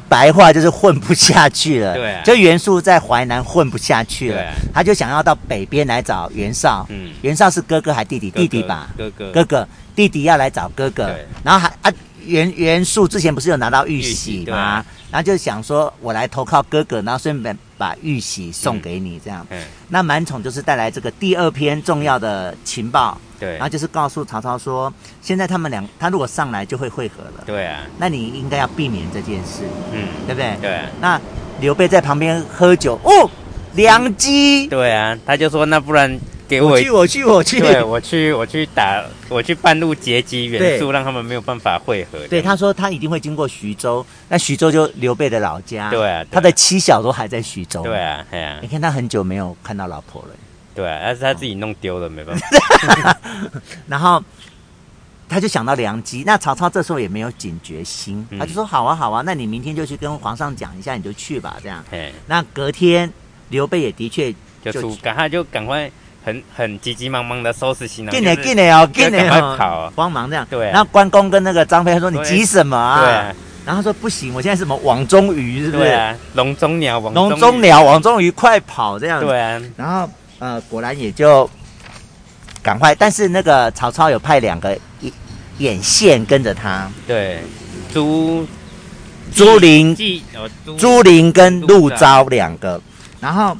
A: 白话，就是混不下去了。
B: 对啊
A: 就袁术在淮南混不下去了，
B: 对啊
A: 他就想要到北边来找袁绍。
B: 嗯，
A: 袁绍是哥哥还弟弟？弟弟
B: 哥哥
A: 吧，
B: 哥哥
A: 哥哥弟弟要来找哥哥
B: 对，
A: 然后还啊袁袁术之前不是有拿到玉
B: 玉
A: 玺
B: 玺对
A: 吗
B: 啊？
A: 然后就想说，我来投靠哥哥，然后顺便把玉玺送给你这样。
B: 嗯，
A: 那满宠就是带来这个第二篇重要的情报，
B: 对
A: 然后，就是告诉曹操说，现在他们两他如果上来就会会合了，
B: 对啊，
A: 那你应该要避免这件事，
B: 嗯，
A: 对不对？
B: 对啊，
A: 那刘备在旁边喝酒，哦，良机，
B: 对啊，他就说那不然给
A: 我
B: 我一
A: 去，我去，我去。
B: 对我去，我去打，我去半路截击
A: 对
B: 袁术，让他们没有办法汇合。
A: 对，他说他一定会经过徐州，那徐州就刘备的老家。
B: 对啊对啊
A: 他的妻小都还在徐州。
B: 对，啊，哎呀
A: 你，看他很久没有看到老婆了，
B: 对啊，但是他自己弄丢了，没办法。
A: 然后他就想到良机。那曹操这时候也没有警觉心，
B: 嗯
A: 他就说：“好啊，好啊，那你明天就去跟皇上讲一下，你就去吧。”这样，
B: 嘿，
A: 那隔天刘备也的确
B: 就
A: 就
B: 出，赶快就赶快很很急急忙忙的收拾行囊，
A: 进来
B: 就是
A: 进来哦，
B: 就
A: 进来
B: 赶快
A: 哦
B: 跑啊，
A: 帮忙这样。
B: 对啊
A: 然后关公跟那个张飞他说：“你
B: 对
A: 急什么啊？”
B: 对啊，
A: 然后他说：“不行，我现在是什么网中鱼，是不
B: 对
A: 是？
B: 啊，笼中鸟，网
A: 笼中，鸟，网中鱼，快跑！”这样子。
B: 对啊，
A: 然后呃，果然也就赶快，但是那个曹操有派两个眼眼线跟着他，
B: 对，朱
A: 朱灵、
B: 季哦，朱
A: 朱灵跟陆昭两个，然后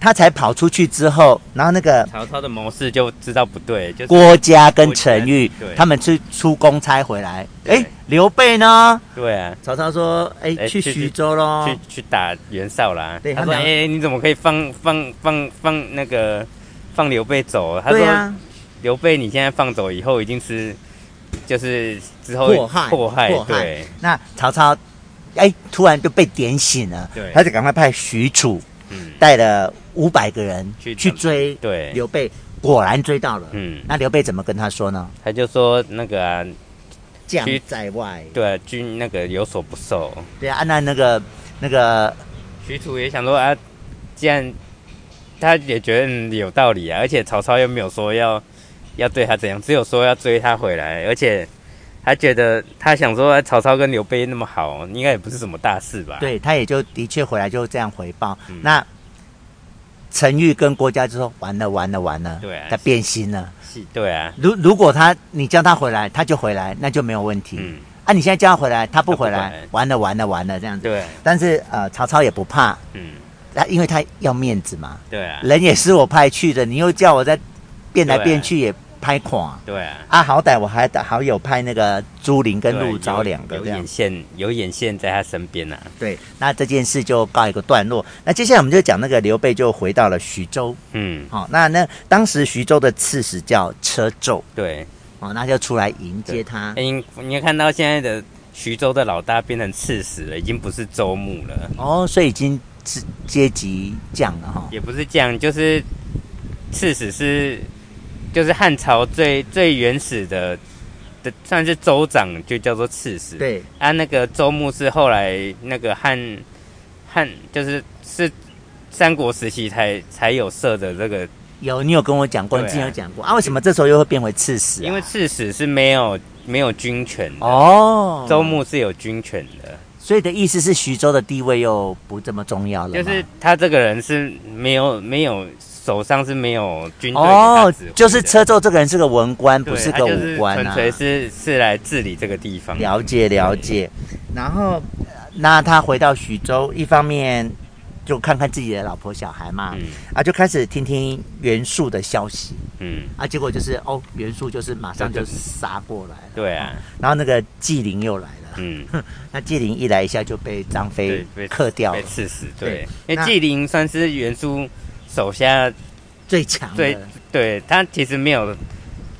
A: 他才跑出去之后，然后那个
B: 曹操的谋士就知道不对，就是
A: 郭嘉跟陈玉
B: 郭嘉对
A: 他们去出公差回来，
B: 对
A: 哎，刘备呢？
B: 对啊，
A: 曹操说，哎，
B: 哎
A: 去
B: 去
A: 徐州喽。
B: 去去打袁绍啦。
A: 啊对
B: 他
A: 他
B: 说：“
A: 拿
B: 哎、你怎么可以放放放放那个放刘备走？”他
A: 对啊
B: 说
A: 呀，：“
B: 刘备你现在放走以后，一定是就是之后
A: 迫害
B: 迫害
A: 迫害
B: 对，
A: 那曹操，哎，突然就被点醒了
B: 对，
A: 他就赶快派许褚
B: 嗯，
A: 带了五百个人
B: 去
A: 去追
B: 对，
A: 刘备，果然追到了。
B: 嗯，
A: 那刘备怎么跟他说呢？
B: 他就说那个啊，
A: 将在外，
B: 对啊君那个有所不受。
A: 对啊，那那个那个，
B: 许褚也想说啊，既然他也觉得、嗯有道理啊，而且曹操又没有说要要对他怎样，只有说要追他回来，而且他觉得他想说、啊曹操跟刘备那么好，应该也不是什么大事吧？，
A: 对，他也就的确回来就这样回报。
B: 啊嗯
A: 那陈玉跟郭嘉就说：“完了，完了，完了，
B: 对啊
A: 他变心了。
B: 是，对啊，
A: 如如果他你叫他回来，他就回来，那就没有问题。
B: 嗯，
A: 啊，你现在叫他回来，他不回
B: 他不回
A: 来
B: 来，
A: 完了，完了，完了，这样子。
B: 嗯对，啊
A: 但是呃，曹操也不怕，
B: 嗯，
A: 他因为他要面子嘛，
B: 对啊，
A: 人也是我派去的，你又叫我在变来
B: 对
A: 变去也拍垮。
B: 对啊，
A: 啊，好歹我还打好友派那个朱林跟陆昭两个
B: 有
A: 这
B: 有
A: 样
B: 眼。线，有眼线在他身边啊，
A: 对，那这件事就告一个段落。那接下来我们就讲那个刘备就回到了徐州。
B: 嗯，
A: 好、那那当时徐州的刺史叫车胄，
B: 对，
A: 哦，那就出来迎接他。
B: 哎你你也看到现在的徐州的老大变成刺史了，已经不是州牧了。
A: 哦，所以已经是阶级降了哈、
B: 也不是这样，就是刺史是就是汉朝最最原始的的算是州长，就叫做刺史。，
A: 对，
B: 啊，那个州牧是后来那个汉汉就是是三国时期才才有设的这个，
A: 有你有跟我讲过，
B: 对啊
A: 你之前有讲过啊？为什么这时候又会变为刺史啊、
B: 因为刺史是没有没有军权的，
A: 哦，
B: 州牧是有军权的。
A: 所以的意思是徐州的地位又不这么重要了吗，
B: 就是他这个人是没有没有手上是没有军队给他
A: 哦
B: 指挥的，
A: 就是车胄这个人是个文官，
B: 对
A: 不是
B: 他
A: 个
B: 就
A: 武官啊。
B: 纯粹是是来治理这个地方。
A: 了解了解。然后，呃那他回到徐州，一方面就看看自己的老婆小孩嘛，
B: 嗯
A: 啊，就开始听听袁术的消息
B: 嗯，
A: 啊。结果就是哦，袁术就是马上就
B: 对
A: 杀过来了，
B: 对啊，
A: 然后那个纪灵又来了，
B: 嗯，
A: 那纪灵一来一下就被张飞
B: 对，被
A: 克掉了
B: 被，刺死。
A: 对
B: 对，因为
A: 那
B: 纪灵算是袁术手下
A: 最强
B: 最
A: 的，，
B: 对他其实没有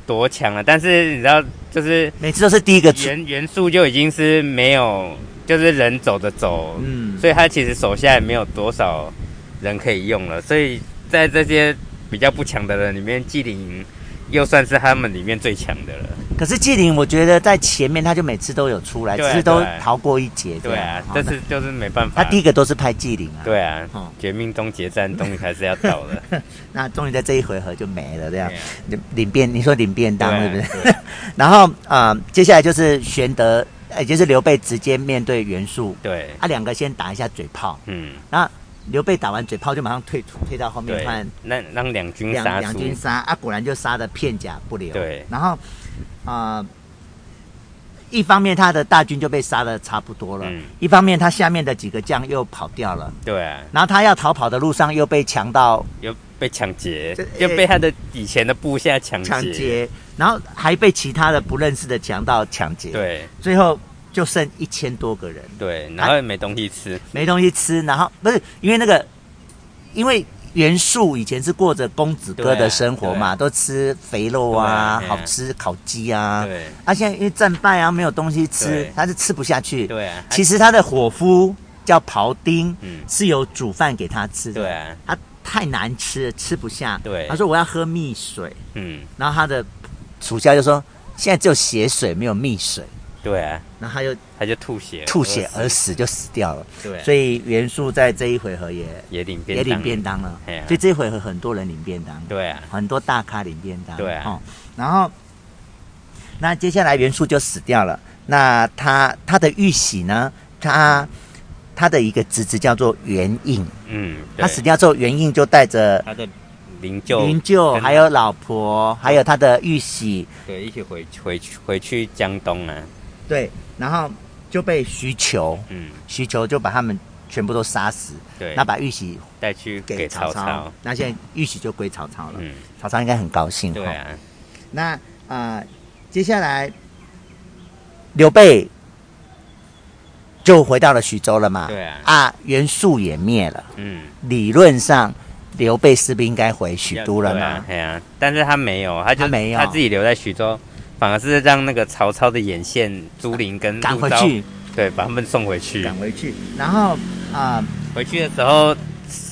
B: 多强了，但是你知道，就是
A: 每次都是第一个出，
B: 袁袁术就已经是没有，就是人走的走，
A: 嗯，
B: 所以他其实手下也没有多少人可以用了，所以在这些比较不强的人里面，纪灵又算是他们里面最强的了。
A: 可是纪灵我觉得在前面他就每次都有出来，只
B: 对啊
A: 是都
B: 对啊
A: 逃过一劫这
B: 对啊
A: 样，好
B: 这
A: 那
B: 是就是没办法。
A: 他第一个都是拍纪灵啊，
B: 对啊
A: 哦，
B: 绝命终结战终于还是要到 了。
A: 那终于在这一回合就没了，这样
B: 对啊
A: 领领便你说领便当对不
B: 对
A: 对？
B: 啊？对啊
A: 然后啊、呃接下来就是玄德，也就是刘备直接面对袁术，
B: 对，
A: 他两个先打一下嘴炮，
B: 嗯，
A: 那刘备打完嘴炮就马上退出，退到后面
B: 对
A: 换，
B: 让让两军
A: 两
B: 杀
A: 两
B: 出，
A: 军杀啊，果然就杀的片甲不留。
B: 对
A: 然后啊、呃一方面他的大军就被杀的差不多了，
B: 嗯
A: 一方面他下面的几个将又跑掉了，
B: 对啊，
A: 然后他要逃跑的路上又被强盗
B: 又被抢劫
A: 这，
B: 又被他的以前的部下嗯抢
A: 抢劫，然后还被其他的不认识的强盗抢劫，，
B: 对
A: 最后就剩一千多个人，
B: 对，然后也没东西吃，
A: 没东西吃，然后不是因为那个，因为袁术以前是过着公子哥
B: 对啊
A: 的生活嘛，都吃肥肉啊，
B: 对啊
A: 好吃烤鸡啊，
B: 对
A: 啊，现在因为战败啊，没有东西吃
B: 对，
A: 他是吃不下去。
B: 对啊，
A: 其实他的伙夫叫庖丁，
B: 嗯
A: 是有煮饭给他吃的。
B: 对啊，
A: 他太难吃了，吃不下。
B: 对
A: 他说我要喝蜜水，
B: 嗯，
A: 然后他的属下就说现在只有血水没有蜜水，
B: 对啊，
A: 然后他就
B: 他就吐血，
A: 吐血而，死，就死掉了。
B: 对啊，
A: 所以袁术在这一回合也
B: 也领便
A: 也领便
B: 当，
A: 当了
B: 哎呀，
A: 所以这一回合很多人领便当。
B: 对啊，
A: 很多大咖领便当。
B: 对啊
A: 哦，然后那接下来袁术就死掉了。那他他的玉玺呢？他他的一个侄子叫做袁印，
B: 嗯，对
A: 他死掉之后，袁印就带着
B: 他的灵柩
A: 云舅
B: 跟
A: 还有老婆，还有他的玉玺，
B: 对一起回回去回去江东啊，
A: 对，然后就被徐求，
B: 嗯，
A: 徐求就把他们全部都杀死，
B: 对，
A: 那把玉玺
B: 带去
A: 给
B: 给
A: 曹操
B: 曹操，，
A: 那现在玉玺就归曹操了，
B: 嗯，
A: 曹操应该很高兴，
B: 对
A: 哦
B: 啊，
A: 那啊、呃接下来刘备就回到了徐州了嘛？
B: 对啊
A: 袁术也灭了，
B: 嗯，
A: 理论上刘备是不是应该回许都了
B: 对
A: 嘛
B: 啊？对啊，但是他没有，他就
A: 他没有
B: 他自己留在徐州，反而是让那个曹操的眼线朱林跟
A: 赶回
B: 陆昭
A: 去，
B: 对，把他们送回去
A: 赶。回去，然后啊、
B: 回去的时候，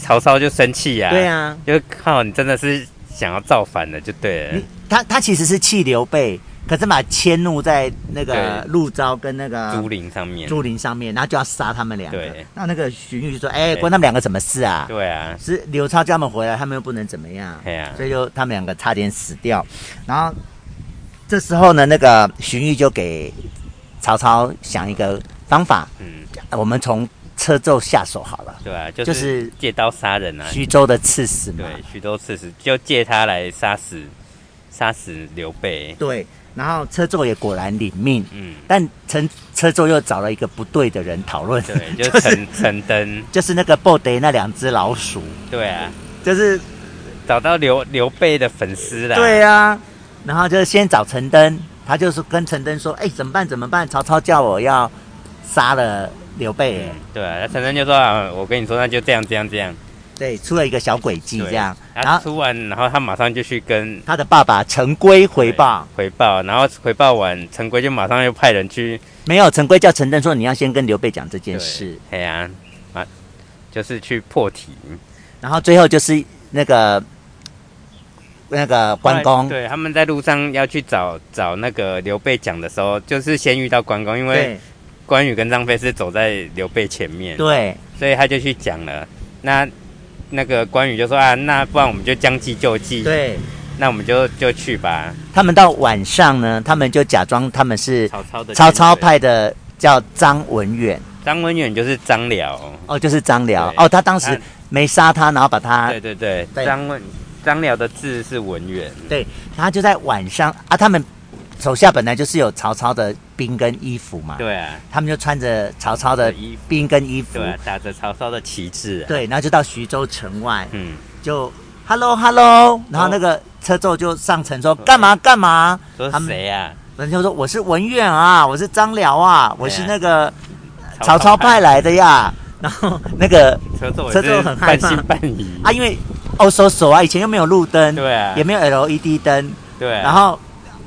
B: 曹操就生气呀、
A: 对，啊，
B: 就靠你真的是想要造反了，就对了
A: 你。他他其实是气刘备，可是把迁怒在那个
B: 对
A: 陆昭跟那个
B: 朱林上面，
A: 朱林上面，然后就要杀他们两个
B: 对。
A: 那那个荀彧就说：“哎、
B: 对
A: 关他们两个什么事啊？
B: 对啊，
A: 是刘超叫他们回来，他们又不能怎么样。”
B: 哎呀、
A: 所以就他们两个差点死掉。然后这时候呢，那个荀彧就给曹操想一个方法，
B: 嗯，
A: 我们从车胄下手好了，
B: 对啊，
A: 就
B: 就是是借刀杀人啊，
A: 徐州的刺史嘛，
B: 对，徐州刺史就借他来杀死杀死刘备，
A: 对然后车胄也果然领命，
B: 嗯，
A: 但陈车胄又找了一个不对的人讨论，
B: 对，就
A: 就是
B: 陈陈登，
A: 就是那个布袋那两只老鼠，
B: 对啊，
A: 就是
B: 找到刘刘备的粉丝啦，
A: 对啊，然后就是先找陈登，他就是跟陈登说，哎，怎么办？怎么办？曹操叫我要杀了刘备、哎
B: 嗯对啊，那陈登就说啊，我跟你说，那就这样这样这样，
A: 对，出了一个小诡计
B: 对
A: 这样，然
B: 他
A: 后
B: 出完，然后他马上就去跟
A: 他的爸爸陈规回报，
B: 回报，然后回报完，陈规就马上又派人去
A: 没有陈规叫陈登说你要先跟刘备讲这件事，，
B: 对哎呀、啊，就是去破题，
A: 然后最后就是那个那个关公，
B: 对，他们在路上要去找找那个刘备讲的时候，就是先遇到关公，因为
A: 对
B: 关羽跟张飞是走在刘备前面，
A: 对
B: 所以他就去讲了。那那个关羽就说啊，那不然我们就将计就计，，
A: 对，
B: 那我们就就去吧。
A: 他们到晚上呢，他们就假装他们是
B: 曹操的
A: 曹操派的叫张文远，
B: 张文远就是张辽，
A: 哦，就是张辽，
B: 对
A: 哦，他当时
B: 他
A: 没杀他，然后把他
B: 对对对，
A: 对
B: 张文张辽的字是文远，
A: 对，他就在晚上啊，他们手下本来就是有曹操的兵跟衣服嘛，
B: 对啊，
A: 他们就穿着曹操的
B: 衣服
A: 兵跟衣服
B: 对，啊，打着曹操的旗帜、
A: 嗯
B: 啊，，
A: 对，然后就到徐州城外，
B: 嗯，
A: 就 hello hello，然后那个车胄就上城
B: 嗯
A: 说干嘛干嘛，
B: 说
A: 他们
B: 谁啊呀、
A: 人家说我是文远啊，我是张辽啊，我是那个
B: 啊？
A: 曹操派来的呀，然后那个
B: 车胄，
A: 车胄很害
B: 半
A: 怕
B: 信半疑
A: 啊，因为哦手手啊，以前又没有路灯，
B: 对啊
A: 也没有 LED 灯，
B: 对啊，
A: 然后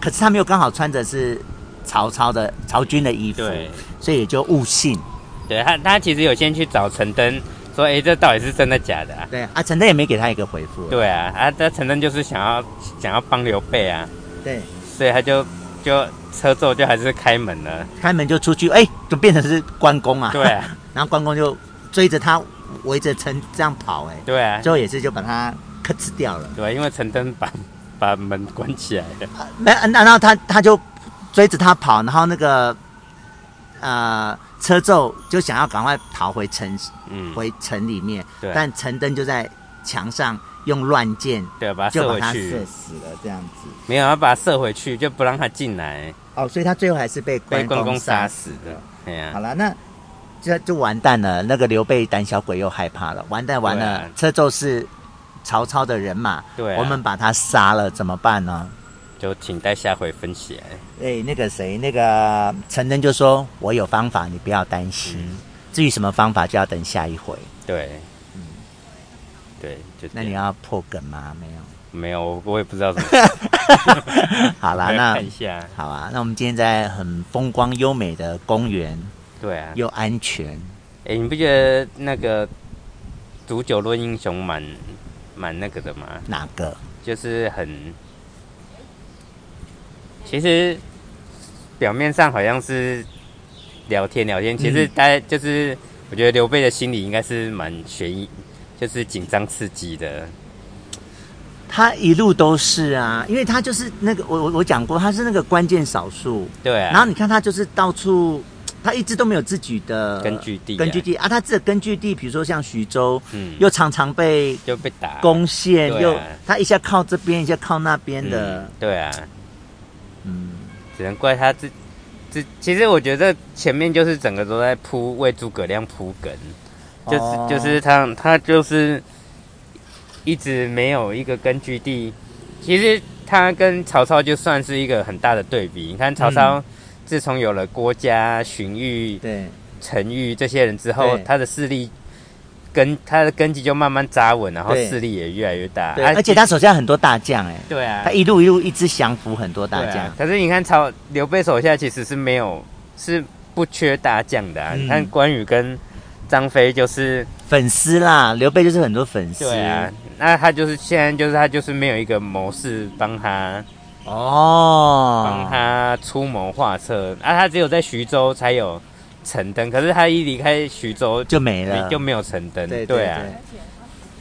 A: 可是他们又刚好穿着是曹操的曹军的衣服，
B: 对
A: 所以也就误信。
B: 对他他其实有先去找陈登，说哎、诶这到底是真的假的、啊？
A: 对啊，陈登也没给他一个回复。
B: 对啊，啊，这陈登就是想要想要帮刘备啊，
A: 对，
B: 所以他就就车胄就还是开门了，
A: 开门就出去，哎，就变成是关公啊。
B: 对啊，
A: 然后关公就追着他，围着陈这样跑、哎，
B: 对啊，
A: 最后也是就把他克制掉了。
B: 对啊，因为陈登把把门关起来了，
A: 没，然后他他就追着他跑，然后那个呃车胄就想要赶快逃回城
B: 嗯，
A: 回城里面，
B: 对啊
A: 但陈登就在墙上用乱箭
B: 对，把他
A: 就
B: 射
A: 把
B: 回
A: 他
B: 去
A: 射，死了，这样子。
B: 没有，他把他射回去，就不让他进来，
A: 哦，所以他最后还是被
B: 被
A: 关
B: 关公
A: 公
B: 杀
A: 死。
B: 死的。哎呀、
A: 好了，那就就完蛋了。那个刘备胆小鬼又害怕了，完蛋完了，
B: 对啊
A: 车胄是曹操的人马，
B: 对啊
A: 我们把他杀了怎么办呢？
B: 就请待下回分析。啊
A: 哎，那个谁，那个陈真就说：“我有方法，你不要担心。
B: 嗯
A: 至于什么方法，就要等下一回。
B: 对，对，就这
A: 嗯那你
B: 样
A: 要破梗吗？没有。
B: 没有，我我也不知 道怎么
A: 好 啦，那
B: 看一下。
A: 好啊，那我们今天在很风光优美的公园，
B: 对啊，
A: 又安全，
B: 哎、你不觉得那个煮酒论英雄蛮蛮那个的吗？
A: 哪个？
B: 就是很，其实表面上好像是聊天聊天，其实
A: 嗯
B: 大家就是、我觉得刘备的心里应该是蛮悬疑，就是紧张刺激的。
A: 他一路都是啊，因为他就是那个我我我讲过，他是那个关键少数。
B: 对啊，
A: 然后你看他就是到处，他一直都没有自己的
B: 根据地啊
A: 根据地啊，他自己的根据地，比如说像徐州，
B: 嗯
A: 又常常被
B: 就被打
A: 攻陷，
B: 对啊
A: 又他一下靠这边，一下靠那边的
B: 嗯，对啊，
A: 嗯
B: 只能怪他自自。其实我觉得前面就是整个都在铺为诸葛亮铺梗，就是、
A: 哦
B: 就是他他就是一直没有一个根据地。其实他跟曹操就算是一个很大的对比。你看曹
A: 嗯
B: 操自从有了郭嘉、荀彧、
A: 对，
B: 陈馀这些人之后
A: 对，
B: 他的势力根他的根基就慢慢扎稳，然后
A: 对
B: 势力也越来越大。
A: 对，
B: 啊
A: 而且他手下很多大将哎、
B: 对啊，
A: 他一路一路一直降服很多大
B: 对
A: 将
B: 啊。。可是你看曹刘备手下其实是没有是不缺大将的、啊，
A: 嗯
B: 你看关羽跟张飞就是
A: 粉丝啦，刘备就是很多粉丝。
B: 对啊，那他就是现在就是他就是没有一个谋士帮他帮
A: 哦，
B: 他出谋划策，那、他只有在徐州才有陈登，可是他一离开徐州
A: 就没了，
B: 就没有陈登，
A: 对
B: 对啊，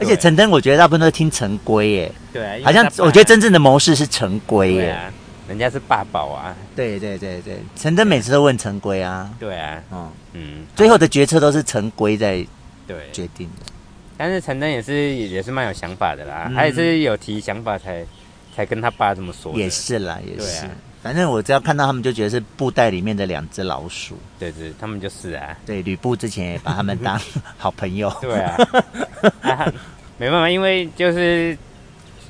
A: 而且陈登，我觉得大部分都是听陈规耶，
B: 对啊，因为
A: 好像
B: 他爸
A: 我觉得真正的谋士是陈规哎
B: 对
A: 耶。
B: 啊，人家是爸宝啊，
A: 对对对对，陈登每次都问陈规啊，
B: 对啊，
A: 嗯，
B: 嗯，
A: 最后的决策都是陈规在
B: 对，
A: 决定的。
B: 但是陈登也是也是蛮有想法的啦，
A: 嗯
B: 他也是有提想法才才跟他爸这么说的。
A: 也，是啦，也
B: 对
A: 是
B: 啊。
A: 反正我只要看到他们，就觉得是布袋里面的两只老鼠。
B: 对对，他们就是啊，
A: 对，吕布之前也把他们 当好朋友。
B: 对 啊，啊没办法，因为就是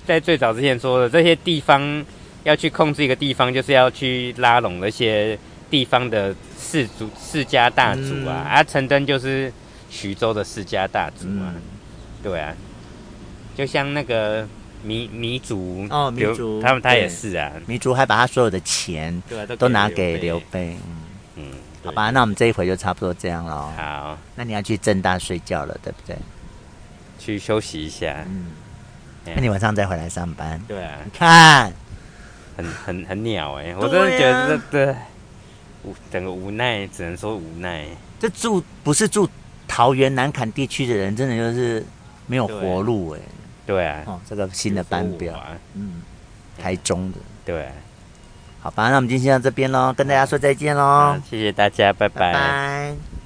B: 在最早之前说的，这些地方要去控制一个地方，就是要去拉拢那些地方的世族、世家大族
A: 嗯
B: 啊，啊，陈登就是徐州的世家大族啊，
A: 嗯，
B: 对啊，就像那个糜糜族
A: 哦糜
B: 刘
A: 族
B: 他们他也
A: 对
B: 是啊，
A: 糜竺还把他所有的钱
B: 对啊，都
A: 都拿给
B: 给
A: 刘
B: 刘备，
A: 备。嗯
B: 嗯，
A: 好
B: 对
A: 吧，那我们这一回就差不多这样了。
B: 好，
A: 那你要去正大睡觉了，对不对？
B: 去休息一下。
A: 嗯。
B: 对
A: 那你晚上再回来上班。
B: 对啊，
A: 看，
B: 很很很鸟哎、我
A: 啊
B: 真的觉得这这无整个无奈，只能说无奈。
A: 这住不是住桃园南坎地区的人，真的就是没有活路哎、
B: 对啊，
A: 哦，这个新的班
B: 说我
A: 表，
B: 啊，
A: 嗯，台中的。
B: 对啊，
A: 好吧，那我们今天先到这边喽，跟大家说再见喽
B: 好，谢谢大家，拜
A: 哦嗯拜拜